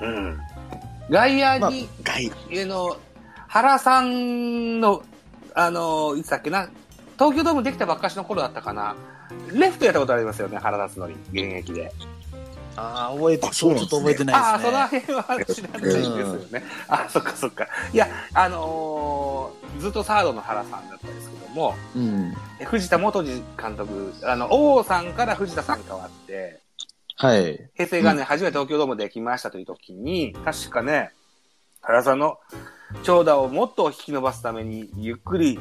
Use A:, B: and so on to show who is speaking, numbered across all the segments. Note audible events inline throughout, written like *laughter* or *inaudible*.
A: うん。外
B: ま
A: 野
B: あ
A: に、
B: 外
A: あの、原さんの、あの、いつだっけな、東京ドームできたばっかしの頃だったかな。レフトやったことありますよね、原辰徳、現役で。
B: ああ、覚えて、
C: あそうなん
B: ち
C: で
B: ょ
C: す
B: っ
C: ね
B: と覚えて
A: あ
B: な
A: あ、
B: い
A: その
B: で
A: 辺は知らないんですよね。あ、そっかそっか。いや、あのーずっとサードの原さんだったんですけども、
C: うん。うん。
A: え藤田元次監督、あの、王さんから藤田さん変わって、
C: はい。
A: 平成元年初めて東京ドームできましたという時に、確かね、原さんの長打をもっと引き伸ばすために、ゆっくり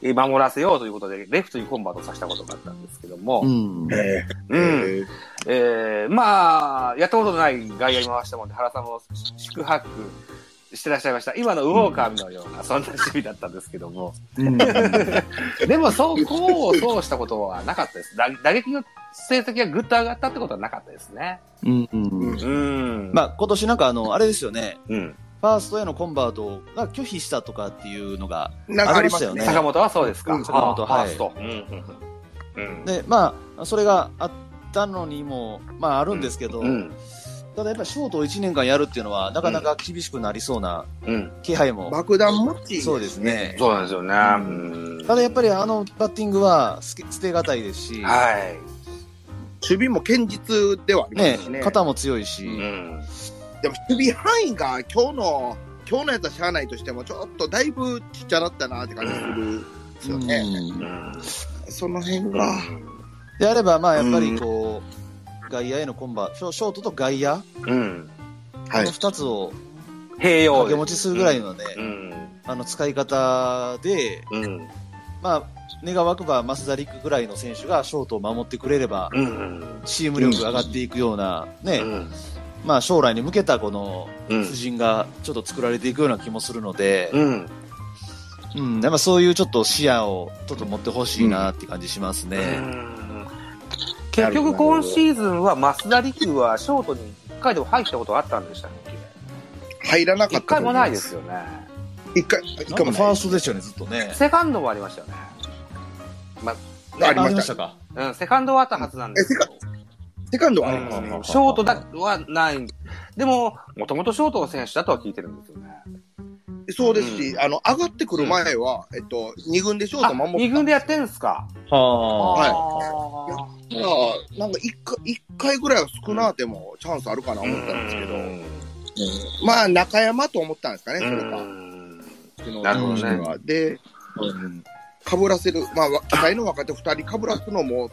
A: え守らせようということで、レフトにコンバートさせたことがあったんですけども、
C: うん。
B: すね。え
A: うん
B: え
A: えー、まあ、やったことのない外野に回したもんで、原さんも宿泊してらっしゃいました。今のウォーカーのような、そんな趣味だったんですけども。
C: うん。
A: でも、そう、こう、そうしたことはなかったです。だ打撃の成績がぐっと上がったってことはなかったですね。
C: うん。うん。
A: うん。
C: ま
A: あ、
C: あ、今年なんかあの、あれですよね。
A: うん。
C: ファーストへのコンバートが拒否したとかっていうのが、
B: なんかありました
C: あ
B: よ
C: りまし
B: ね。
C: たよ
A: 坂本はそうですか。
B: うん
C: 坂本
A: あ
C: は
A: ファー
C: い
A: スト。うん。うん。
C: で、まあ、それがあったのにも、まああるんですけど、
A: うん。
C: ただやっぱショートを1年間やるっていうのは、なかなか厳しくなりそうな
A: うん。
C: 気配も。
B: 爆弾持ち、
C: そうです。ね。
A: そうなんですよね。うん。
C: ただやっぱりあのバッティングはすけ捨てがたいですし、
A: は
B: 守備も堅実ではありま
C: ね
B: すしね。
C: 肩も強いし、
A: い。うん。
B: でも守備範囲が今日の、今日のやつはしゃあないとしても、ちょっとだいぶちっちゃだったなって感じするんですよね。
C: うん
A: うん。
B: その辺
A: う
B: が、
C: であれば、まあやっぱりこう、外野へのコンバショショートと外野、
A: ん。
B: は
C: こ
B: い
C: の。2つを
A: 併用
C: 掛
A: で
C: け持ちするぐらいのね、
A: うん。
C: あの使い方で、
A: うん。
C: まあ、願わくば増田陸ぐらいの選手がショートを守ってくれれば、
A: うん。
C: チーム力が上がっていくような、ね、
A: うん。
C: まあ将来に向けたこの
A: うん
C: 布陣がちょっと作られていくような気もするので、
A: うん。
C: うん、やっぱそういうちょっと視野をちょっと持ってほしいなって感じしますね。
A: 結局今シーズンは増田陸はショートに1回でも入ったことあったんでしたっ
B: 入らな
A: け
B: かっ
A: ?1
B: た
A: 回
B: と思
A: も
B: ま
A: ないです。よね。
B: 一回、一
C: なん
B: 回
C: か
B: も
C: フ
B: な
C: ァ
B: い
C: ー。ストですよね、ずっとね。
A: セカンドもありましたよね。
B: ありました。
C: か。
A: うん、セカンドはあったはずなんですけど。
B: セカンドはありますね。
A: ショートだはない。でも、もともとショートの選手だとは聞いてるんですよね。
B: そうですし、あの、上がってくる前は、えっと、二軍でショー
A: あ、
B: ト守ってた。
A: 二軍でやってんすか
C: は
B: はい
A: は
B: だからなんか一回、一回ぐらいは少なでもチャンスあるかな思ったんですけど、まあ中山と思ったんですかね、それか。うちの
A: なるほどね
B: 選手はで、かぶらせる、まあ、わ期待の若手二人かぶらすのも、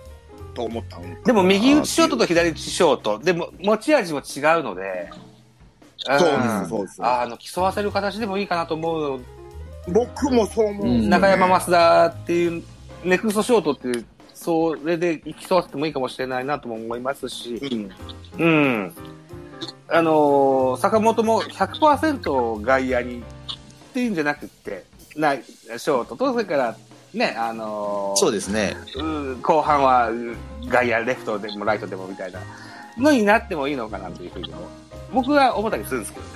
B: と思ったん
A: でも右打ちショートと左打ちショート。でも持ち味も違うので。
B: そうで
A: ん
B: す、そうです。
A: あの、競わせる形でもいいかなと思う。
B: 僕もそう思うんですよね、
C: うん
A: 中山増田っていう、ネクストショートっていう、それで競わせてもいいかもしれないなとも思いますし、
B: うん。
A: うん。あのー坂本も100%外野にっていうんじゃなくって、ない、ショートと、それから、ね、あのー
C: そうですね。
A: うん後半はうん外野、レフトでもライトでもみたいなのになってもいいのかなというふうにも僕は思ったりするんですけどね。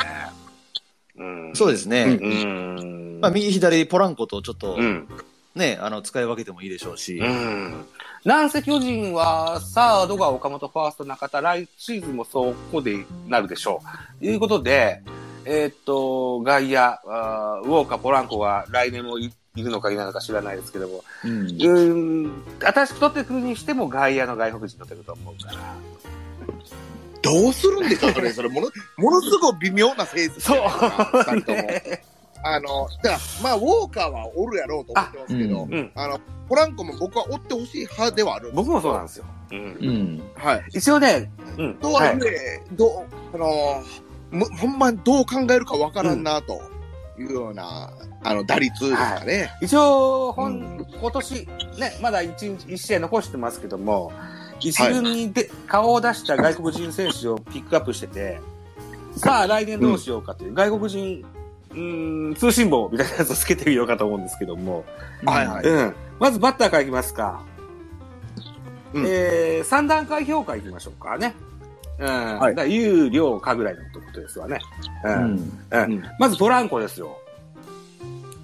A: うん。
C: そうですね。
A: うん。
C: まあ、右左ポランコとちょっと
A: うん。
C: ね、あの、使い分けてもいいでしょうし。
A: うん。なんせ巨人は、サードが岡本、ファースト中田、来シーズンもそこでなるでしょう。ということで、えーっと、外野、あーウォーカー、ポランコが来年もいいるのかいないのか知らないですけども、
C: うん
A: うーん、新しく取ってくるにしても外野の外国人取ってくると思うから。
B: どうするんでしょう、それ。それ、もの、ものすごい微妙な成績じゃないですか。二人とも。あの、だからまあ、ウォーカーはおるやろうと思ってますけど、
C: あうん
A: うん。
B: あの、ポランコも僕は追ってほしい派ではあるんです。
A: 僕もそうなんですよ。う。
C: うんん。
B: はい。
A: 一応ね、うん。
B: とはいえ、
A: い
B: どう、あのーむ、ほんまにどう考えるかわからんな、というような、あの、打率ですかね。
A: 一応、本、
B: うん
A: 今年、ね、まだ一日、一試合残してますけども、一軍にで、顔を出した外国人選手をピックアップしてて、さあ来年どうしようかという、外国人、うーん、通信簿みたいなやつをつけてみようかと思うんですけども、
B: はいはい
A: うん。まずバッターからいきますか。
B: うん
A: えー、三段階評価いきましょうかね。うん。
B: い
A: だから有料かぐらいのことですわね。
C: う
A: うん
C: ん。
A: まずポランコですよ。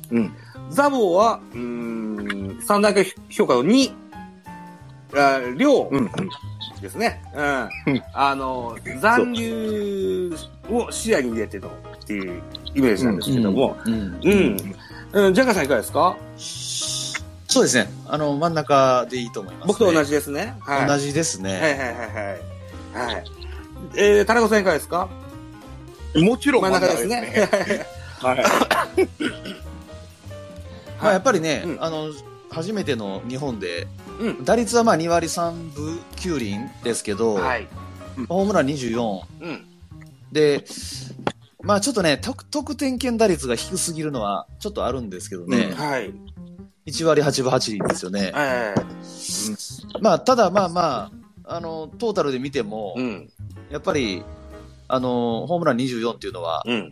B: うん。
A: ザボは、うーん、三段階評価の2、あ量、
B: うん。
A: ですね。うん。あの、残留を視野に入れてのっていうイメージなんですけども。
C: うんうん
A: うん。うんジャガーさんいかがですか
C: そうですね。あの、真ん中でいいと思います、
A: 僕と同
C: じ。
A: じですね。はい。
C: 同じですね。
A: はいはいはいはい。はい。えー、田中さんいかがですか
B: もちろん
A: 真ん中ですね。
B: はい。
C: まあ、やっぱりね、
A: うん
C: あの、初めての日本で、
A: うん
C: 打率はまあ2割3分9厘ですけど、
A: はい。
C: ホームラン24。
A: うん。
C: で、まあちょっとね、得得点圏打率が低すぎるのはちょっとあるんですけどね、
A: はい。
C: 1割8分8厘ですよね。
A: え
C: まあただまあまあ、あの、トータルで見ても、
A: えうん。
C: やっぱり、あの、ホームラン24っていうのは
A: うん。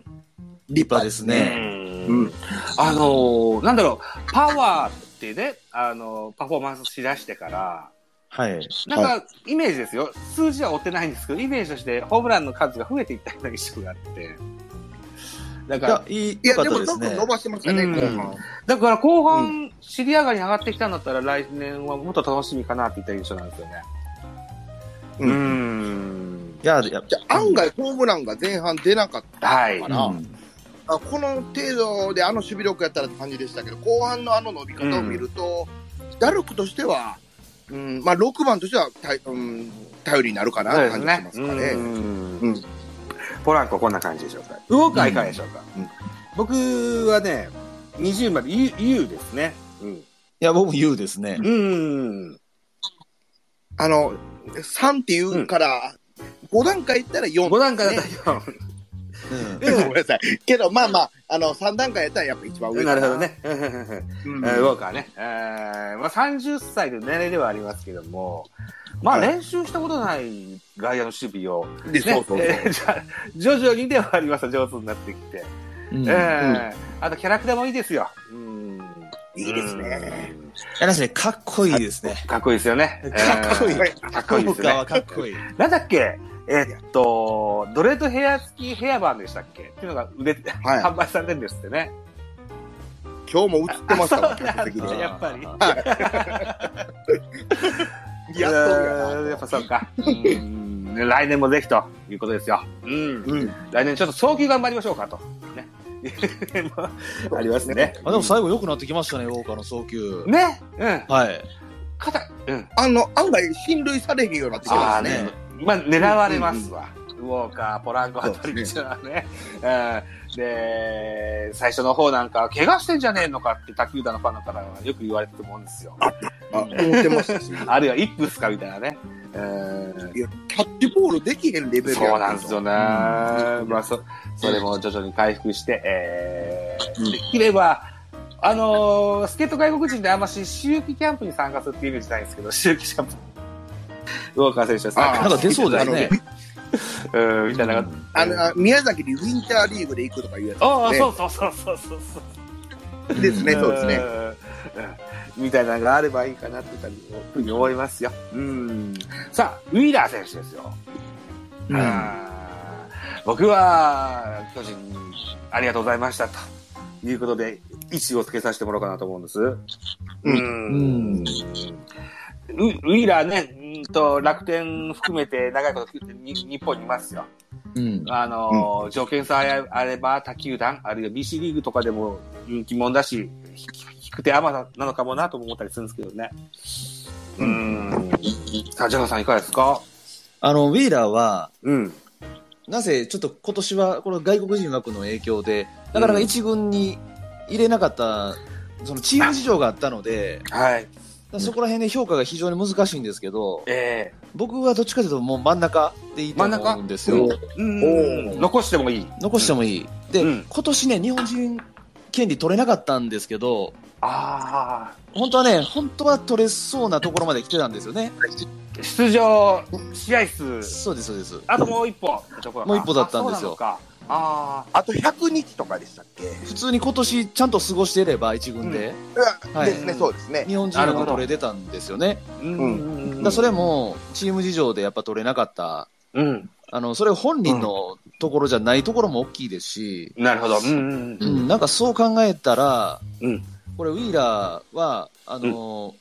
C: 立派ですね。
A: うんあのーなんだろう、パワーってね、あのーパフォーマンスしだしてから、
C: はい。
A: なんか、イメージですよ。数字は追ってないんですけど、イメージとしてホームランの数が増えていったような意識があって。だ
C: い
A: か
C: や
A: ら、、
C: いい、
B: い
C: 良
B: や、
C: かっ
B: で
C: た
B: も
C: で
B: ど
C: す
B: んどん
C: ね
B: 伸。ばしてますよね、
A: うん
B: 後半。
A: だから後半、尻上がりに上がってきたんだったら、来年はもっと楽しみかなっていった印象なんですよね。
B: う
A: ん。
B: ん
C: いや、や
B: じゃあ案外ホームランが前半出なかった
A: はい
B: か。
C: う
B: ら、
C: ん
B: あこの程度であの守備力やったらって感じでしたけど、後半のあの伸び方を見ると、打力としては、うんまあ、6番としてはたい、うん、頼りになるかなっ
A: そう
B: て
A: で
B: 感
A: す
B: じが
A: ね
B: しま。すかね。
A: うん
B: うん
A: ポランコはこんな感じでしょうか。動くはいかがでしょうか。
B: うん
A: 僕はね、20まで U, U ですね。うん。
C: いや、僕も言うですね。
A: うん。
B: あの、3っていうから、5段階いったら4、
A: 5段階だったよ。
C: うん
B: *laughs* ごめんなさい。けど、まあまあ、あの、3段階やったらやっぱ一番上
A: *laughs* なる
B: か
A: ほど。ね。え
B: うん
A: ーウォーカーね。えーまあ30歳の年齢ではありますけども、まあ
B: はい
A: 練習したことない外野の守備を、
B: で
A: ね
B: そうそうそう。
A: えーじゃあ徐々にではあります上手になってきて。
C: うん
A: えーあとキャラクターもいいですよ。うん。
B: いいですね。
A: うん。
C: やらしね、かっこいいですね。
A: かっこいいですよね。
C: *laughs* かっこいい
A: えーかっこいいです
C: 福岡
A: ね
C: は。かっこいい。
A: なんだっけえーっと、ドレッドヘア付きヘアバンドでしたっけっていうのが売れて、
B: はい
A: 販売されてるんですってね。
B: 今日も映ってました
A: あ
B: わ、
A: そうなんだ
B: 客席
A: あ
B: で。
A: やっぱり
B: やっとる
A: えーや
B: や
A: っぱそうか。うん来年もぜひということですよ。うん。
B: な。うん。
A: 来年ちょっと早急頑張りましょうかと。
C: *laughs*
A: ね。 *laughs* ありますね。
C: あでも最後良くなってきましたね、ウォーカーの送球。
A: ね。うん。
C: はい。
A: 肩、うん。
B: あの、案外、信類されへんようになってき
A: あ
B: ま
A: あ
B: すね。
A: ね。まあ、狙われますわ。ウォーカー、ポランコあたりっていうのはね。うんで、最初の方なんか、怪我してんじゃねえのかって、卓球団のファンの方はよく言われてると思うんですよ。
B: あ思ってましたし。
A: あるいは、イップスかみたいなね。うん
B: いや、キャッチボールできへんレベル
A: そうなんですよね。
B: ん
A: まあ、そ、それも徐々に回復して、えー、できれば、あのー、スケート外国人であんまし、周期キャンプに参加するっていうイメージないんですけど、周期キャンプ。ウォーカー選手は参
B: あー
C: なんか出そうだよね。
A: 加うん、みたいな。
B: あの、あ宮崎にウィンターリーグで行くとかいうやつ
A: ああ、
B: ね
A: そうそうそうそうそうそう。
C: うん
B: ですね、
A: ん
B: そうですね。。
A: うんみたいなのがあればいいかなってたりふうに思いますよ。うん。さあ、ウィーラー選手ですよ。
C: うん
A: あー僕は、巨人、ありがとうございました、ということで、位置をつけさせてもらおうかなと思うんです。うーん。ウウィーラーね、うーんと楽天含めて長いことに日本にいますよ。
C: うん。
A: あのー、条件さえあれば他球団、あるいは BC リーグとかでもうん疑問だし、ひひ引く手あまたなのかもなとも思ったりするんですけどね。うーん。さあ、ジャガーさんいかがですか
C: あの、ウィーラーは、
A: うん。
C: なぜちょっと今年はこの外国人枠の影響で、なかなか一軍に入れなかった、そのチーム事情があったので、
A: はい。
C: そこら辺で評価が非常に難しいんですけど、
A: え
C: 僕はどっちかというともう真ん中でいいと思うんですよ。
A: えうん
B: おー
A: 残してもいい。
C: 残して
A: も
C: もいい。で、
A: うん
C: 今年ね、日本人権利取れなかったんですけど、
A: あ
C: 本当はね、本当は取れそうなところまで来てたんですよね。
A: あ、出場、試合数、
C: そうです、そうです。
A: あともう一歩ってところか
C: もう一歩だったんで
A: あ
C: すよ
A: そうなのかあ
B: あと100日とかでしたっけ
C: 普通に今年ちゃんと過ごしていれば一軍で、はい
B: ですね、そうですね。
C: 日本人が取れてたんですよね。
A: あ、う
C: だ
A: ん
C: からそれ、もチーム事情でやっぱ取れなかった。
A: うん、
C: あの、それ本人のところじゃないところも大きいですし、
A: なるほど。うん、
C: うんなんかそう考えたら、
A: うん
C: これウィーラーは、あのー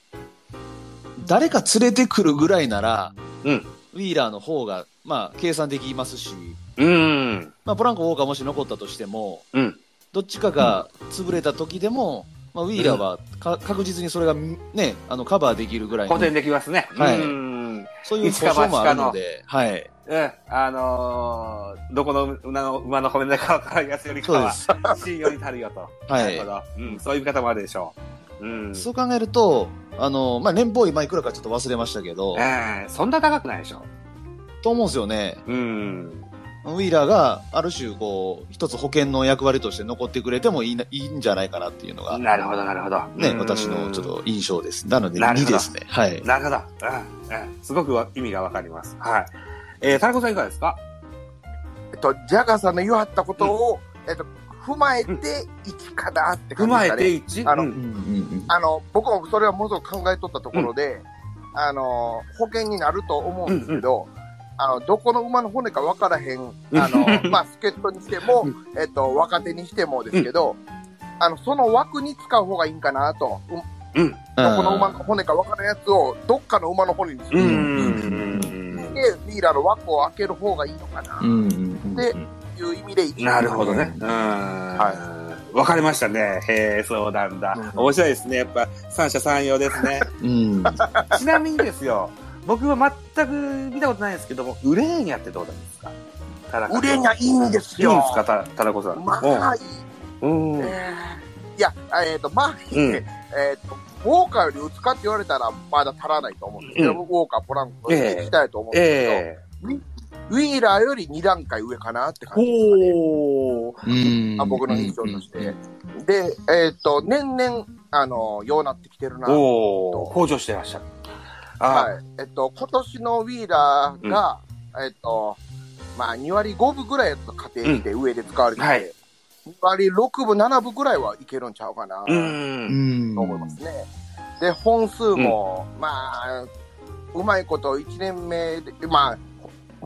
C: 誰か連れてくるぐらいなら、
A: うん
C: ウィーラーの方が、まあ、計算できますし、
A: うん。
C: まあ、ポランコ、ウォーカーもし残ったとしても、
A: うん。
C: どっちかが潰れた時でも、まあ、ウィーラーはか確実にそれが、ね、あのカバーできるぐらいの
A: 補、填できますね。
C: はい
A: うん。
C: そういう保証もあるので、はい、
A: うん。あのー、どこの馬の馬の骨の中からやつよりか
C: そうで
A: は、
C: す。
A: 信用に足るよと。
C: は
A: なる
C: い
A: ほ。ど。うん。そういう見方もあるでしょう。うん。
C: そう考えると、あの、まあ、年俸今いくらかちょっと忘れましたけど、
A: ええそんな高くないでしょ。
C: と思うんですよね。
A: うん。
C: ウィーラーがある種こう、一つ保険の役割として残ってくれてもいいないいんじゃないかなっていうのが、ね、
A: なるほど、なるほど。うん
C: 私のちょっ。と印象です。なので
A: なるほ
C: 2
A: ど
C: ですね。はい。
A: なるほど。うん。うん。すごくわ意味がわかります。はい。えー、田中さんいかがですか
B: えっと、ジャガーさんの言わはったことを、えっと、踏まえて、1かなって
A: 踏
B: 感じ
A: ま
B: で
A: え
B: すか
A: て
B: ね。
A: 一
B: あの
A: うん
B: あの、僕もそれはものすごく考えとったところで、あの、保険になると思うんですけど、あの、どこの馬の骨か分からへん、あ *laughs* の、まあ、助っ人にしても、えっと、若手にしてもですけど、あの、その枠に使う方がいいんかなと、うどこの馬の骨か分からんやつを、どっかの馬の骨にす
A: う
B: る。
A: ん。
B: で、リーラーの枠を開ける方がいいのかな、
C: うんうんうん
B: でという意味で、
A: なるほどね。うん。
B: は
A: わかりましたね。へえ、そうなんだ。
B: うん
A: 面白いですね。やっぱ、三者三様ですね。
C: うん。
A: *laughs* ちなみにですよ、僕は全く見たことないんですけども、ウレーニャってどうなんですかタラコさ
B: 売
A: ん
B: れにゃいいんですよ。
A: いいんですかタタラコさん。
B: まあ、いい
A: うん。うん。
B: いや、えっ、と、まあ、いいね
A: うん
B: えっ、と、ウォーカーより打つかって言われたら、まだ足らないと思うんですけど、
A: うん
B: ウォーカー、ポランコ、したいと思うんですけど、
A: ええ
B: ウィーラーより2段階上かなって感じですかね。
A: ほー。
C: うん
B: *laughs* あ僕の印象として。で、えっ、と、年々、あの、ようなってきてるな。はい。
A: おー。向上してらっしゃる。あ
B: えっ、と、今年のウィーラーが、えっ、と、まあ、2割5分ぐらいやと仮定して上で使われてて、
A: はい
B: 2割6分、7分ぐらいはいけるんちゃうかな。
A: ー。うん。
C: ん
B: と思いますね。で、本数も、まあ、うまいこと1年目で、まあ、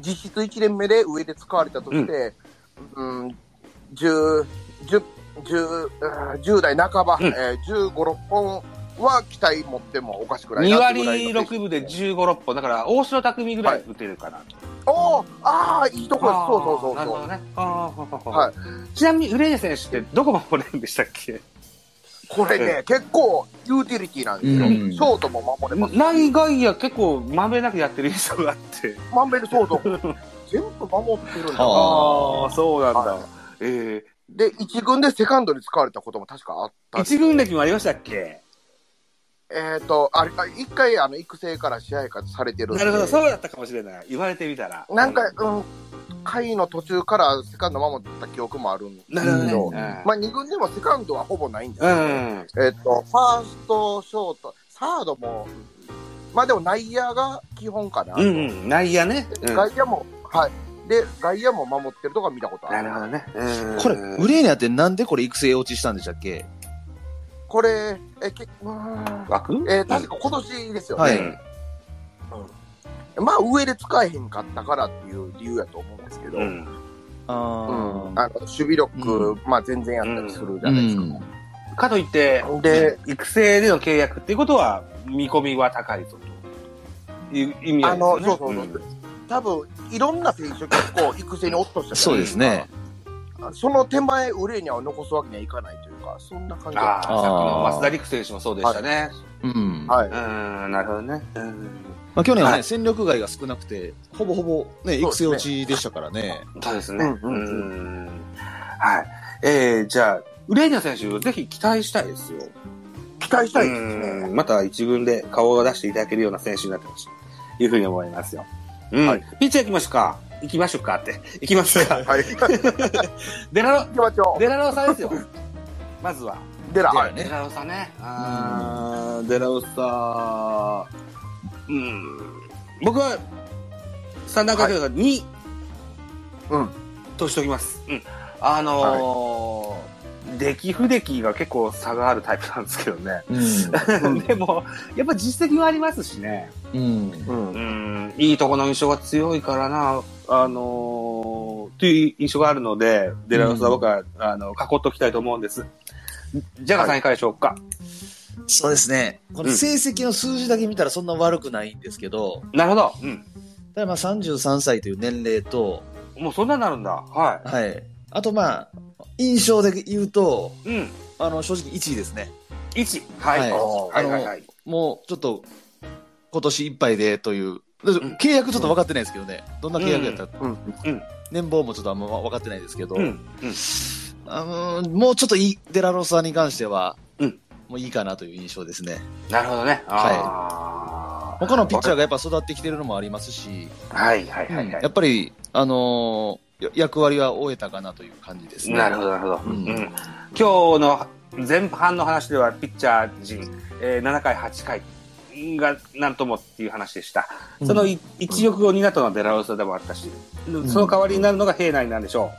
B: 実質1年目で上で使われたとして、うん、10、10、10あー10代半ば、
A: うん
B: えー15、6本は期待持ってもおかしくない
A: 2
B: な
A: 割
B: ってぐらいの
A: 6分で15、6本。だから、大城匠ぐらい打てるかな。
B: おーああ、いいとこです。そうそう
A: な
B: そ
A: る
B: う
A: ほ
B: そ
A: ど
B: う。
A: ね。あー
B: はい
A: ちなみに、ウレーニャ選手ってどこ守れるんでしたっけ
B: これね、結構ユーティリティなんですよ。
C: うん
B: ショートも守れます。
A: 内外野結構まんべんなくやってる印象があって。
B: マンベルショート、全部守ってるんだ
C: あー
A: ああ、そうなんだ
B: は。
A: え
B: で、1軍でセカンドに使われたことも確かあった
A: え。
B: んです
A: 一
B: よ
A: 軍歴もありましたっけ
B: えっ、と、あれ、あ一回、あの、育成から支配下されてるんで。
A: なるほど、そうだったかもしれない。言われてみたら。
B: なんか、うん、回の途中からセカンド守った記憶もあるんで。
A: なるほどね。
B: まあ、二軍でもセカンドはほぼないんです
A: う
B: よ
A: ん。
B: えっ、と、ファースト、ショート、サードも、まあでも内野が基本かな。
A: うん、うん。内野ね。うん
B: 外野も、はい。で、外野も守ってるとか見たこと
A: な
B: ある。
A: るほどね。うん
C: これ、ウレーニャってなんでこれ育成落ちしたんでしたっけ
B: これ、え、け、うーん
A: 枠
B: えー確か今年ですよね。
C: はい
A: うん
B: まあ、上で使えへんかったからっていう理由やと思うんですけど。
A: うん
C: あ
B: あの守備力、
C: う
B: まあ全然やったりするじゃないです
A: か
B: か。
A: といって、
B: で、
A: 育成での契約っていうことは、見込みは高いぞという意味合
B: あ
A: いですよね。
B: の、そうそうそう。多分、いろんな選手結構育成に落としたじゃ
C: そ
B: な
C: う
B: い
C: ですね。
B: かその手前、ウレーニャを残すわけにはいかないというか、そんな感
A: うん
B: じ
A: ああ、さっき
C: あ
A: の
C: ー
A: 増田陸選手もそうでしたね。
C: うん。ま
B: はい。
A: うん、なるほどね。うん
C: あ去年は
A: は
C: ね、戦力外が少なくて、ほぼほぼね、育成落ちでしたからね。
A: そうですね。
B: うんうんうん
A: うんはい。えー、じゃあ、ウレーニャ選手、ぜひ期待したいですよ。
B: 期待したいです
A: う
B: ね。
A: んまた一軍で顔を出していただけるような選手になってほしい。というふうに思いますよ。うん。
B: はい
A: ピッチャー行きましょうか。行きましょうかって。行きますか。
B: *laughs* はい。行き
A: デラロ、
B: ましょ
A: デラローさんですよ。まずは。
B: う。でら、
C: は
B: はいい。
A: デラロサね。あーデラロサうん。僕は、三段階評価2。
B: うん。
A: としておきます。うん。あのー、出来不出来が結構差があるタイプなんですけど *laughs* ね。
B: うん
A: でも、やっぱ実績もありますしね。
C: うん。
B: うん。
A: うん。いいとこの印象が強いからな、あのー、という印象があるので、デラロサは僕は、あの、囲っときたいと思うんです。ジャガーさんいかがでしょうか、
C: そうですね。この成績の数字だけ見たらそんな悪くないんですけど、
A: なるほど。うん。
C: ただまあ33歳という年齢と、
A: もうそんなになるんだ。は
C: はい。あとまあ、印象で言うと、
A: い。うん。
C: あの、正直1位ですね。
A: 1。はい。
C: はい
A: おーはいはいはい。
C: もうちょっと、今年いっぱいでという、だって契約ちょっと分かってないですけどね。どんな契約やったか、
B: うん
A: うん
C: 年俸もちょっとあんま分かってないですけど、
A: うん。うん。
C: あのーもうちょっといい、デラロサに関しては、
A: うん
C: もういいかなという印象ですね。
A: なるほどね。あー
C: 他のピッチャーがやっぱ育ってきてるのもありますし、
A: はいはいはいは
C: やっぱり、あのーや役割は終えたかなという感じです
A: い。
C: ね。
A: なるほどなるほど。
C: う
A: うんん。今日の前半の話では、ピッチャー陣、えー7回、8回がなんともっていう話でした。
C: うん
A: そのい一翼を担ったのはデラロサでもあったし、
C: ん
A: その代わりになるのが平内なんでしょ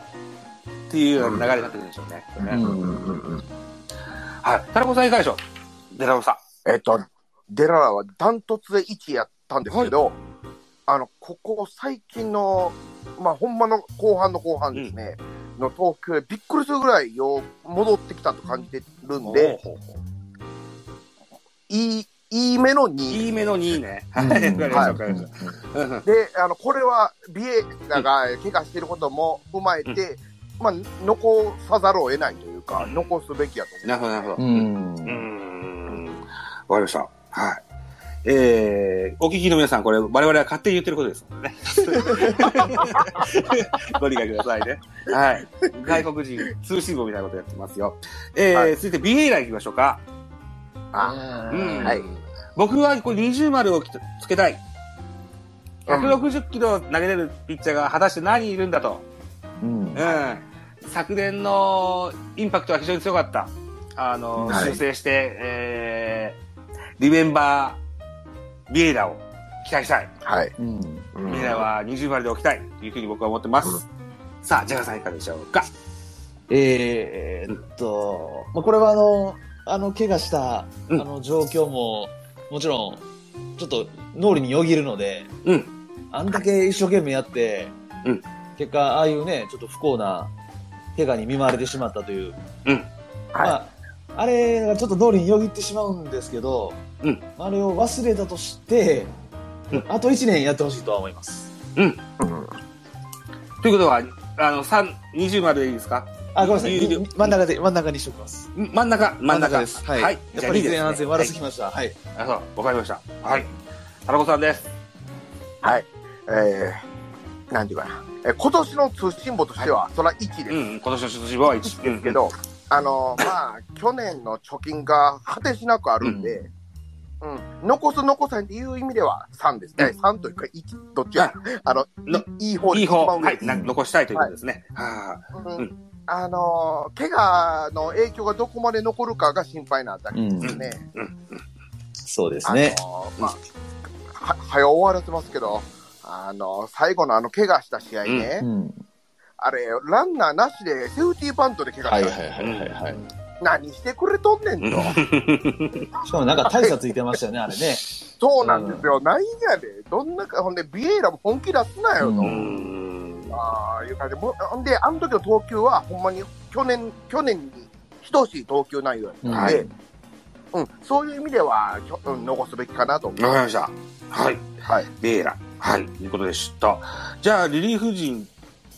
A: う。っていうような流れになってくるんでしょうね。
C: う
A: ね
C: ん
A: はい。タラコさんいかがでしょうデラロサ。
B: えっと、デララはダントツで1位やったんですけど、あの、ここ最近の、まあ、ほんまの後半の後半ですね、の投球でびっくりするぐらいよう戻ってきたと感じてるんで、
A: ほうほうほう
B: いい、いい目の2位。
A: いい目の2ね。
C: う
A: は
C: ん
A: *laughs* い。わかりました、わかりまし
C: う
A: た。うん
B: で、あの、これは、ビエラが怪我してることも踏まえて、まあ、残さざるを得ないというか、残すべきやと思う。
A: なるほど、なるほど。
C: んう
A: うんん。わかりました。はい。えー、お聞きの皆さん、これ、我々は勝手に言ってることですのでね。 *laughs* ご理解くださいね。はい。外国人、通信簿みたいなことやってますよ。えー、
B: はい
A: 続いて、ビエイラ行きましょうか。
B: あ、
A: うん
B: はい。
A: 僕は、これ、20丸をきつつけたい。160キロ投げれるピッチャーが果たして何人いるんだと。
C: うん
A: うん、昨年のインパクトは非常に強かった。あの、
C: はい
A: 修正して、えー、リメンバー、ビエイラを期待したい。
B: はい。
C: うん
B: うん
A: ビエイラは20丸で置きたいというふうに僕は思ってます。さあ、ジャガーさんいかがでしょうか
C: えーっと、まあ、これはあの、あの、怪我した、
A: うん
C: あの、状況も、もちろん、ちょっと脳裏によぎるので、
A: うん
C: あんだけ一生懸命やって、
A: うん
C: 結果、ああいうね、ちょっと不幸な怪我に見舞われてしまったという、
A: うん
B: はい
C: まあ、あれがちょっと脳裏によぎってしまうんですけど、
A: うん
C: あれを忘れたとして、
A: うん
C: あと1年やってほしいとは思います。
B: うん
A: ということは、あの、三20丸でいいですか
C: あ、ごめんなさい。
A: 有料
C: 真ん中で、真ん中にしときます。
A: ん真ん中、真ん中。
C: です。はい。やっ
A: じゃ
C: ぱ
A: あい
C: り
A: いです、
C: 前
A: ね。
C: 半戦悪すぎました。はい。
A: はいあそう、わかりました。はい。タラコさんです。
B: はい。えー、なんていうかな。えー今年の通信簿としては、それは1です
A: うん、うん今年の出場は1です
B: け、ど、あのーまあ、去年の貯金が果てしなくあるんで、うん、残す残さないっていう意味では3ですね。3というか1、どっちや。 *laughs* あの、
A: の
B: いい方
A: い
B: で
A: い
B: 一
A: 方、
B: 番
A: は
B: 上
A: い
B: で、す。
A: な残したいということですね。はあ
B: うん
A: う
B: あのー怪我の影響がどこまで残るかが心配なだけですね。
C: そうです
B: あの
C: ね。
B: ーまあ、は、はよ終わらせますけど、あのー最後のあの、怪我した試合ね、
C: うん
B: あれ、ランナーなしで、セーフティーバントで怪我
C: はい
B: し
C: はい
B: た。
C: はいはいはい。
B: 何してくれとんねんと。
C: しかもなんか大差ついてましたよね、あれね。
B: そうなんですよ。なんやで。どんなか、ほんで、ビエイラも本気出すなよ
C: う
B: と。
A: うん
B: ああ、いう感じで。もうほんで、あの時の投球は、ほんまに、去年、去年に等しい投球内容やったんで、
A: はい
B: うん、そういう意味では、ひょうん、残すべきかなと思う。
A: わかりました。はい。
B: はい。
A: ベーラ。はい。ということでした。じゃあ、リリーフ陣、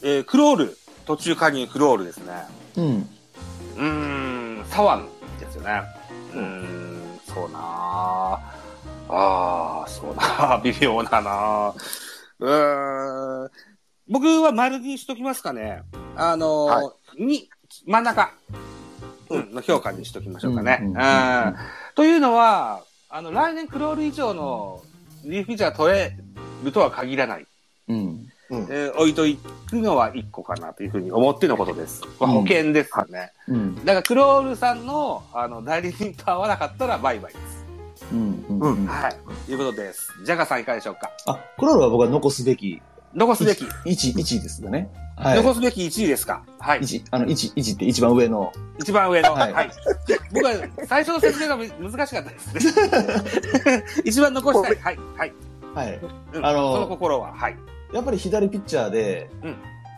A: えー、クロール。途中加入クロールですね。
C: うん。
A: うーん、サワンですよね。うーん、そうなああー、 *laughs* そうなあ微妙だなあうーん。僕は丸にしときますかね。あのー
B: は
A: に、真ん中。うん、の評価にしときましょうかね。
C: う
A: うんん
C: うん
A: というのは、あの、来年クロール以上のリーフピッチャー取れるとは限らない。
C: うん。
A: えー置いといくのは一個かなというふうに思ってのことです。
C: ん
A: 保険ですね。
C: うん。
A: だからクロールさんのあの代理人と合わなかったらバイバイです。
C: うん。う。
B: うん
A: はい。ということです。ジャガーさんいかがでしょうか
C: あ、クロールは僕は残すべき、
A: 残すべき、
C: 1、1ですよね。はい。
A: 残すべき1位ですかはい。
C: 一あの、1、1って一番上の。
A: 一番上の。
C: は
A: はいい。僕は最初の説明がむ難しかったですね。一番残したい。はい。はい。
C: はい。
A: うん
C: あのー
A: その心は。はい。
C: やっぱり左ピッチャーで
A: うん、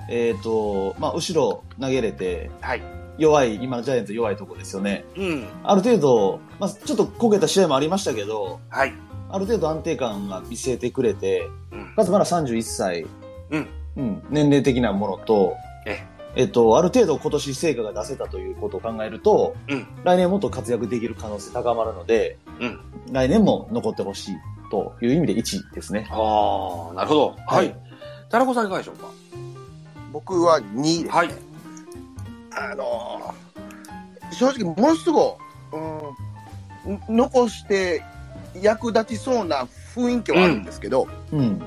C: えっと、まあ、後ろ投げれて、
A: はい。
C: 弱い、今のジャイアンツ弱いとこですよね。
A: うん。
C: ある程度、まあ、ちょっとこけた試合もありましたけど、
A: はい。
C: あある程度安定感が見せてくれて、
A: うん
C: かつまだ31歳、
A: うん
C: うん年齢的なものと
A: え、
C: えっと、ある程度今年成果が出せたということを考えると、
A: うん
C: 来年もっと活躍できる可能性高まるので、
A: うん
C: 来年も残ってほしいという意味で1ですね。
A: ああ、なるほど。は。
C: はい
A: タラコさんいかがでしょうか
B: 僕は2位です。
A: はい。
B: あのー正直、ものすごい、うん、ん残して役立ちそうな雰囲気はあるんですけど、
C: うん。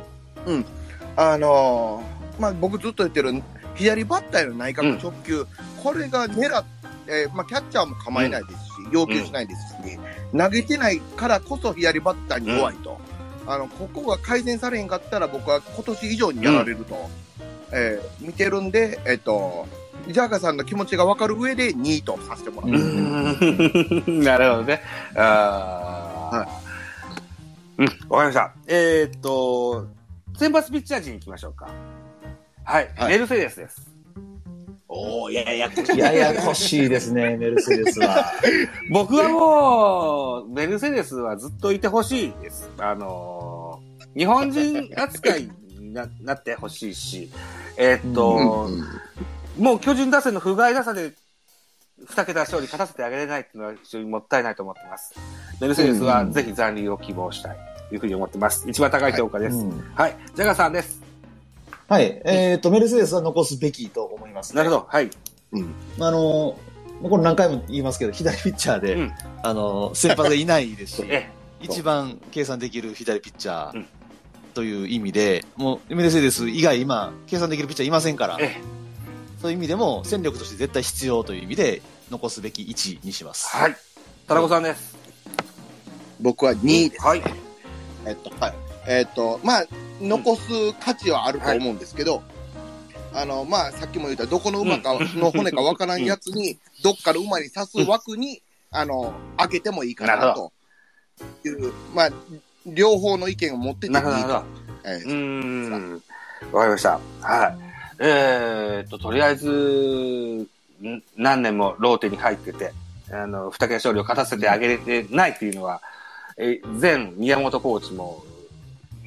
B: あのーまあ、僕ずっと言ってる左バッターへの内角直球、これが狙っえーまあ、キャッチャーも構えないですし、要求しないですし、投げてないからこそ左バッターに弱いと、あのここが改善されへんかったら、僕は今年以上にやられると、えー見てるんで、えっと、ジャーカさんの気持ちが分かる上で2位とさせてもらう
A: うーんなるほどね。ああ、うん、わかりました。えーっと、先発ピッチャー陣行きましょうか。はい、
B: はい
A: メルセデスです。おお、いやいや、
C: ややこしいで
A: *laughs*
C: すね、メルセデスは。
A: 僕はもう、メルセデスはずっといてほしいです。あのー日本人扱いにななってほしいし、えーっと、もう巨人打線の不甲斐なさで、二桁勝利勝たせてあげれないっていうのは非常にもったいないと思ってます。メルセデスはぜひ残留を希望したいというふうに思ってます。一番高い評価です。
C: う
A: はい。
C: ん
A: ジャガーさんです。
C: はい。えっと、メルセデスは残すべきと思います、ね。
A: なるほど。はい。
C: あの、もうこれ何回も言いますけど、左ピッチャーで、
A: うん
C: あの、先発がいないです
A: *laughs*
C: し、
A: え
C: 一番計算できる左ピッチャ
A: う
C: ー
A: ん
C: という意味で、もうメルセデス以外今、計算できるピッチャーいませんから
A: え、、ええ。
C: そういう意味でも戦力として絶対必要という意味で、残すべき1にします。
A: はい。田中さんです。
B: 僕は2位です。
A: はい。
B: えっと、はい。えっと、まあ、残す価値はあると思うんですけど、あの、まあ、さっきも言った、どこの馬か、の骨かわからんやつに、どっから馬に刺す枠に、あの、開けてもいいか
A: なる
B: な
A: ほ
B: と。いう、まあ、両方の意見を持ってていい
A: なるほど、なるほ
B: と。
A: ど。
B: え
A: うーん。わかりました。はい。えー、っと、とりあえず、ん何年もローテに入ってて、あの、二桁勝利を勝たせてあげれてないっていうのは、えー前宮本コーチも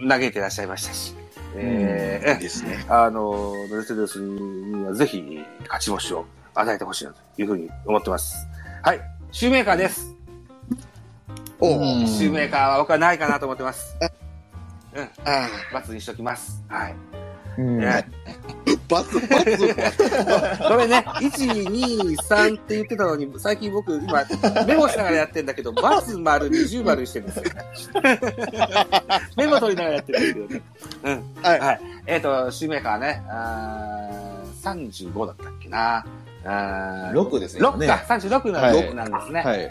A: 嘆いてらっしゃいましたし、えー
B: えですね。
A: あの、メルセデスにはぜひ勝ち星を与えてほしいなというふうに思ってます。はい。シューメーカーです。
B: おう
C: うん
A: シューメーカーは僕はないかなと思ってます。うん。
B: ああ、
A: 罰にしときます。はい。
C: うん
A: ね
B: バツバツ。
A: これね、1、2、3って言ってたのに、最近僕、今、メモしながらやってんだけど、バツ丸、二重丸にしてるんですよ。メモ取りながらやってるんですけどね。
B: はい
A: うん。。はい。えっ、と、シューメーカーね、あー35だったっけな。あー
C: 六ですよ
A: 六
C: ね
A: か、36な
C: はい
A: 六なんですね。
C: はい
A: う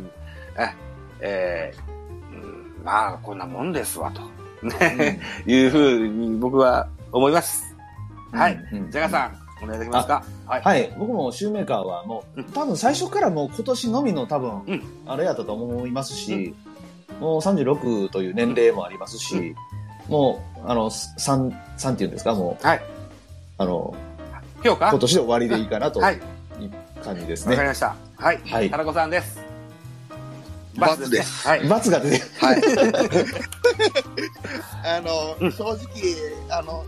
A: んええーうんまあ、こんなもんですわ、と。ね、 *laughs* いうふうに僕は思います。はい。
C: うん
A: ジャガさん、お願いできますかはい。
C: はい、僕もシューメーカーはもう、
A: うん
C: 多分最初からもう今年のみの多分、
A: うん
C: あれやったと思いますし、もう36という年齢もありますし、もう、あの、3、3っていうんですか、もう、
A: はい。
C: あの、
A: 評価
C: 今年で終わりでいいかなと
A: はい
C: い。う感じです
A: わ
C: ね。
A: かりました。はい。
C: はい
A: 田中さんです。。
B: バツです
A: はい。
C: 罰が出て、
B: はい。あの、正直、あの、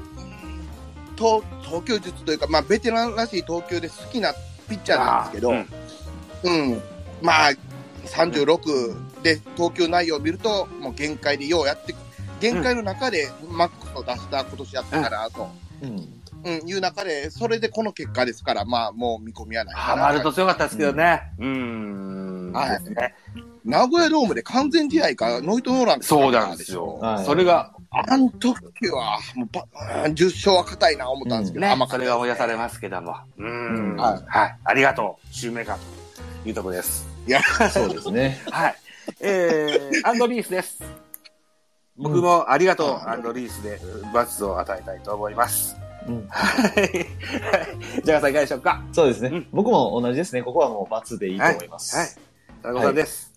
B: 投投球術というか、まあ、ベテランらしい投球で好きなピッチャーなんですけど、
A: あ
B: う
A: ー
B: ん、まあ、36で投球内容を見ると、もう限界でようやって、限界の中でマックスを出した今年やったからと、
C: うん
B: うん、いう中で、それでこの結果ですから、まあ、もう見込みはないか
A: ハ
B: な。
A: マると強かったですけどね。うーん。
B: はい
A: ですね
B: 名古屋ドームで完全試合か、ノイトノーランか
A: そうなんですよ
C: は。い
A: それが、
B: あの時は、もうば、10勝は硬いな思ったんですけど、
A: ね
B: 甘、か
A: そ
B: っ
A: れ
B: た
A: が追い出されますけども。うーん。
C: うん
A: は。
B: はい
A: はい。ありがとう。シューメーカーというとこです。
C: *laughs* そうですね。
A: はい。えー、アンドリースです。僕もありがとう、アンドリースで罰を与えたいと思います。
C: うん
A: はい。じゃあさんいかがでしょうか
C: *laughs* そうですね、
A: うん
C: 僕も同じですね。ここはもう罰でいいと思います。
A: はい。田中さんです。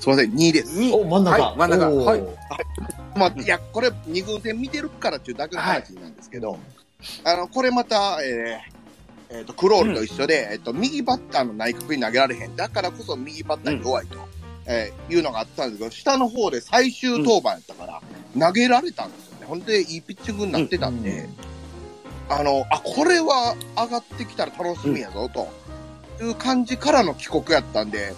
B: すみません、2位です。
A: に
C: お、真ん中。
A: はい真ん中
C: おー
A: はい
B: まあ、いや、これ、二軍戦見てるからっていうだけの話なんですけど、あの、これまた、えーえっ、と、クロールと一緒で、えっ、と、右バッターの内角に投げられへん。だからこそ右バッターに弱いと。えーいうのがあったんですけど、下の方で最終登板やったから、投げられたんですよね。ほんで、いいピッチングになってたんで、あの、あ、これは上がってきたら楽しみやぞ、という感じからの帰国やったんで、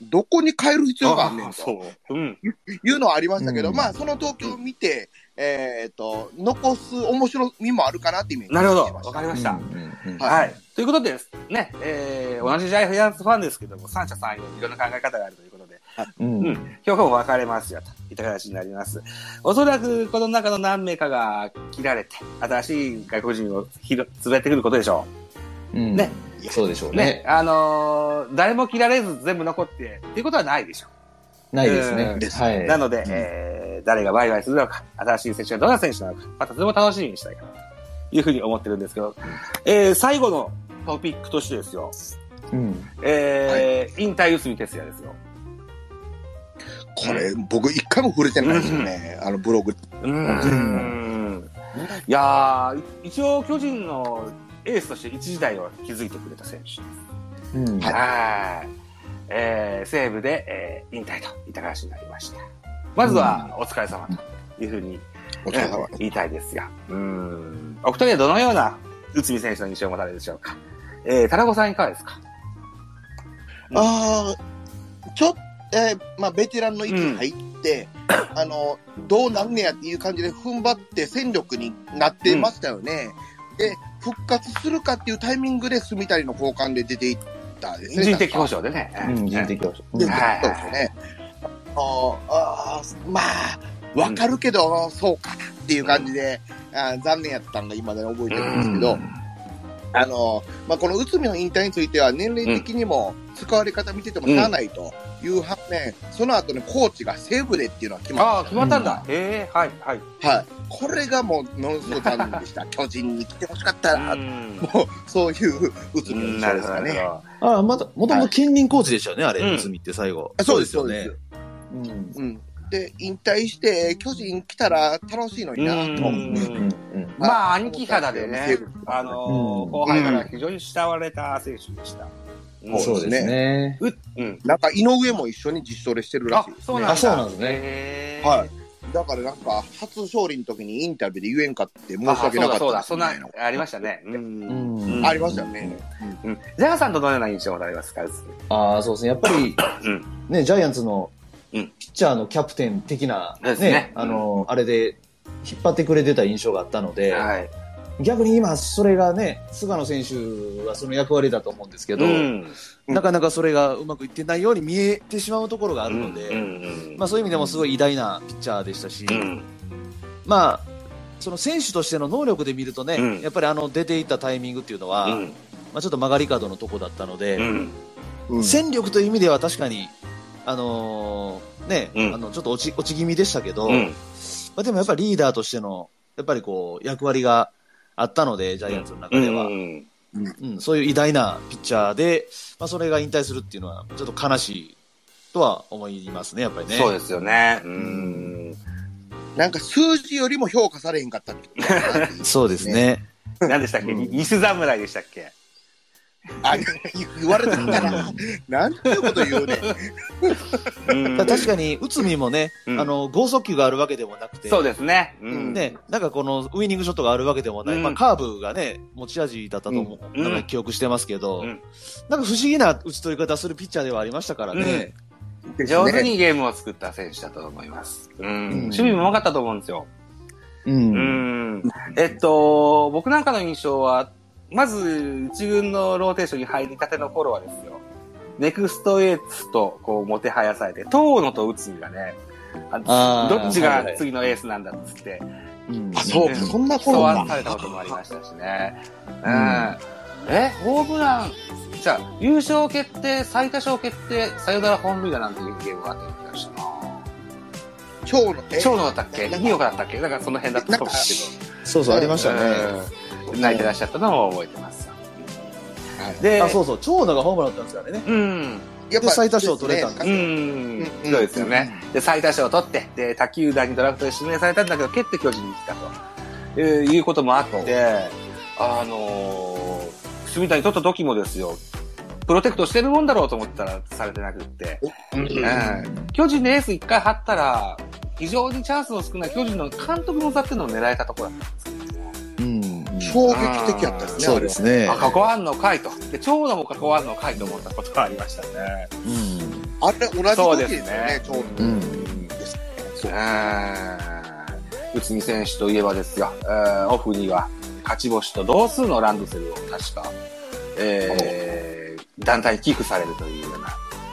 B: どこに変える必要があんねん
A: あ
B: と。
A: そう。うん。
B: いうのはありましたけど、
C: うん
B: まあ、その東京を見て、えーっと、残す面白みもあるかなってイメージ
A: なるほど。
B: してまし
A: わ
B: た
A: かりました。
C: うん
B: はい
A: はい。ということで、ね、えー、同じジャイアンツファンですけども、三者三様にいろんな考え方があるということで、
C: うんうん
A: うん評価も分かれますよ、といった形になります。おそらく、この中の何名かが切られて、新しい外国人を拾連れてくることでしょ
C: うん
A: ね
C: そうでしょう
A: う。
C: ね
A: ね、あのー誰も切られず全部残って、っていうことはないでしょ
C: ないです
A: う
C: ね
A: ん
B: です
C: はい、
A: う。なので、えー、誰がワイワイするのか、新しい選手がどんな選手なのか、またとても楽しみにしたいかな、というふうに思ってるんですけど、えー、最後のトピックとしてですよ、
C: うん
A: えー、引退内海哲也ですよ。
B: これ、僕、一回も触れてないですよね、あのブログ。
A: うーんいやー、一応巨人のエースとして一時代を築いてくれた選手です。
C: うん
B: はい
A: はい。えー、西武で、えー引退といった話になりました。まずは、お疲れ様というふうに、
B: お疲れ様 *laughs*
A: うん言いたいですが。うーん。お二人はどのような内海選手の印象を持たれるでしょうか。えー、田中さんいかがですかうん
B: ああ、ちょっと、えーまあ、ベテランの域に入って、あの、どうなんねやっていう感じで踏ん張って戦力になってましたよね。で、復活するかっていうタイミングで住谷の交換で出ていったんですね。
A: 人的保
B: 確か
A: 障でね。
C: うん人的保障
B: で、
C: うん
A: はい
B: そうですよね。あのあーまあ、わかるけど、そうかっていう感じで、あー残念やったんが今で覚えてるんですけど、あのまあ、この内海の引退については、年齢的にも使われ方見ててもしゃあないという反面、その後ね、コーチが西武でっていうのは決
A: あ
B: ま
A: あ、
B: っ
A: 決まったんだ。ええはい、はい。
B: た、はい、これがもう、ものすごい残念
A: *laughs*
B: でした、巨人に来てほしかったな、
A: うん
B: もうそういう内海の印
A: なるほどな
B: 象ですか
A: るほ
B: ね。
A: ど。
C: ああ、また、もともと兼任コーチでしたよね、あ
A: うん
C: れ、内海って最後。
B: あそうです、そうです
C: よ。。うん。
B: うん、で、引退して、巨人来たら楽しいのにな
A: う
B: と。
A: ん
C: うん
A: まあ、兄貴肌でね
B: 西武、
A: あのー
C: うん
A: 後輩から非常に慕われた選手でした。
B: ん
C: そうですね。
A: ううん。
B: なんか井上も一緒に実証でしてるら
A: あ
B: しいで、す、
A: そう
B: ね。
A: なんだ。
C: あそうなんですね
A: ね
B: はい。だからなんか、初勝利の時にインタビューで言えんかって申し訳なかった
A: そうだ、
B: です
A: そう
B: み
A: だ
B: たい
A: そんな、ありましたね。うん。
C: うん
B: ありましたよね。
A: うんジャガさんとどのような印象を持たれますか
C: ああ、そうですね。やっぱり
A: *coughs* うん、
C: ね、ジャイアンツの、
A: う
C: ピ
A: ん
C: ッチャーのキャプテン的な、
A: ですね
C: ね、あの、あれで、引っ張ってくれてた印象があったので、
A: はい。
C: 逆に今、それがね、菅野選手はその役割だと思うんですけど、
A: うん
C: なかなかそれがうまくいってないように見えてしまうところがあ
A: う
C: るの
A: んう
C: で、
A: ん
C: まあそういう意味でもすごい偉大なピッチャーでしたし
A: う、ん。
C: まあ、その選手としての能力で見るとね、
A: うん
C: やっぱりあの出ていったタイミングっていうのは、
A: うん
C: まあ、ちょっと曲がり角のとこだったので、
A: うん。
B: うん
C: 戦力という意味では確かに、あのーね
A: うん
C: あのちょっと落ち落ち気味でしたけど、
A: うん。
C: まあ、でもやっぱりリーダーとしてのやっぱりこう役割があったので、ジャイアンツの中では、うん
A: うん
C: そういう偉大なピッチャーで、まあ、それが引退するっていうのは、ちょっと悲しいとは思いますね、やっぱりね。
A: そうですよね。うん。
B: なんか数字よりも評価されへんかったってことかなっていう
C: そうです。ね。
A: 何でしたっけ
C: うん
A: 西侍でしたっけ
B: あ、言われてみたら、なんていうこと言うね。
A: うん
C: だから確かに内海もね、
A: うん
C: あの剛速球があるわけでもなくて、
A: そうですね。うん。
C: ね、なんかこのウイニングショットがあるわけでもない、
A: うん
C: まあ、カーブがね、持ち味だったと思う、
A: うん
C: なんか記憶してますけど、
A: うん
C: なんか不思議な打ち取り方するピッチャーではありましたからね。
A: 上手
B: ね。
A: にゲームを作った選手だと思います。うん。守備
C: うん
A: も良かったと思うんですよ。
C: うん
A: うん。えっと、僕なんかの印象は、まず、一軍のローテーションに入りたての頃はですよ、ネクストエースと、こう、もてはやされて、遠野と内海がね、あ
C: あー
A: どっち
C: は
A: が
C: いはい
A: 次のエースなんだっつって、
C: うん
B: あ、そう
A: ね
B: か、そんな
A: 競
B: 頃
A: わ
B: か。
A: されたこともありましたしね。う
C: うん
A: ん。え、ホームラン、じゃあ、優勝決定、最多勝決定、サヨナラ本塁打なんていうゲームがあった気がしたな。
B: 今日の、え
A: 長野だったっけ
B: なんか
A: 二岡だったっけなんかその辺だったと思うんですけど。
C: そうそう、ありましたね。
A: うん泣いてらっしゃったのを覚えてます。
B: はい
A: で、
C: あ、そうそう、長野がホームラン打ったんですからね。
A: うん。
B: や
C: で最多勝取れたん
A: う
B: ですね
A: ん。
B: うん
A: そうですよね。で、最多勝を取って、で、他球団にドラフトで指名されたんだけど、蹴って巨人に来たと、えーいうこともあって、あのー、住谷取った時もですよ、プロテクトしてるもんだろうと思ったら、されてなくって。うん。巨人のエース一回張ったら、非常にチャンスの少ない巨人の監督の座っていうのを狙えたところだったんです
C: うん。
B: 衝撃的やったですね。
C: そうですね。
A: あ、関わんのかいと。で、長野も関わんのかいと思ったことがありましたね。
B: あれ、同じ
A: そう
B: 時
A: です
B: です
A: ね
B: よね、ちょうど。
C: うん。
B: ですね
A: うーん。内海選手といえばですよ、えーオフには勝ち星と同数のランドセルを確か、えー、団体に寄付されるというよ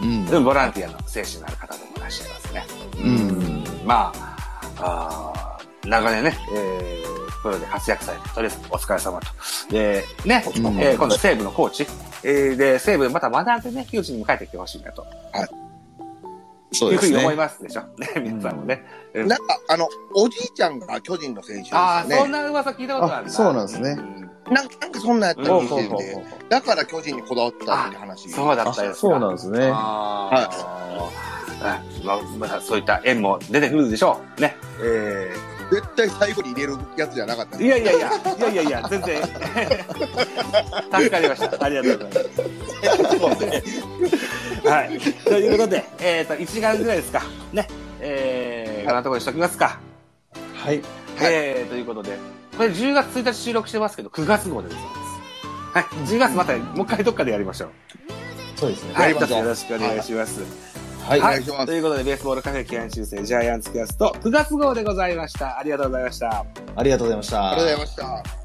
A: うな、
C: うん。
A: うんボランティアの精神のある方でもいらっしゃいますね。
C: うん。
A: まあ、あー長年ね、えー、プロで活躍されて、とりあえずお疲れ様と。で、ね、
C: うん
A: えー今度は西武のコーチ。えーで、西武また学んでね、窮地にも帰ってきてほしいなと。
C: そうです
A: いうふうに思い
C: ね。
A: ますでしょ。ね、皆さんもね。うん
B: なんか、あの、おじいちゃんが巨人の選手です
A: ああ、
B: よ
A: そん
B: ね。
A: な噂聞いたことある
D: あそうなんですね
B: なんか、なんかそんなんやった
A: うん
B: り
A: そうそう
B: し
A: そ
B: てて、だから巨人にこだわったって話。
A: そうだった
D: あ
A: です
D: そうなん
A: で
D: です
A: す
D: ね。
A: はい。まあ、またそういった縁も出てくるでしょう。ね。え
B: 絶対最後に入れるやつじゃなかった
A: ー、いやいやいや、いやいやいや、全然。 *laughs* 助かりました。ありがとうございます。はい。ということで、えっ、と、1時間ぐらいですか。ね。えー、こんなところにしときますか。
D: はい。
B: はい
A: えー、ということで、これ10月1日収録してますけど、9月号でございます。はい。10月また、もう一回どっかでやりましょう。
D: そうですね。
A: は
B: や
A: い。
B: り
A: よ
B: ましょう
A: ろしくお願いします。
D: はい。
B: お願いします
A: ということで、ベースボールカフェ期間中世ジャイアンツキャスト9月号でございました。ありがとうございました。
C: ありがとうございました。
B: ありがとうございました。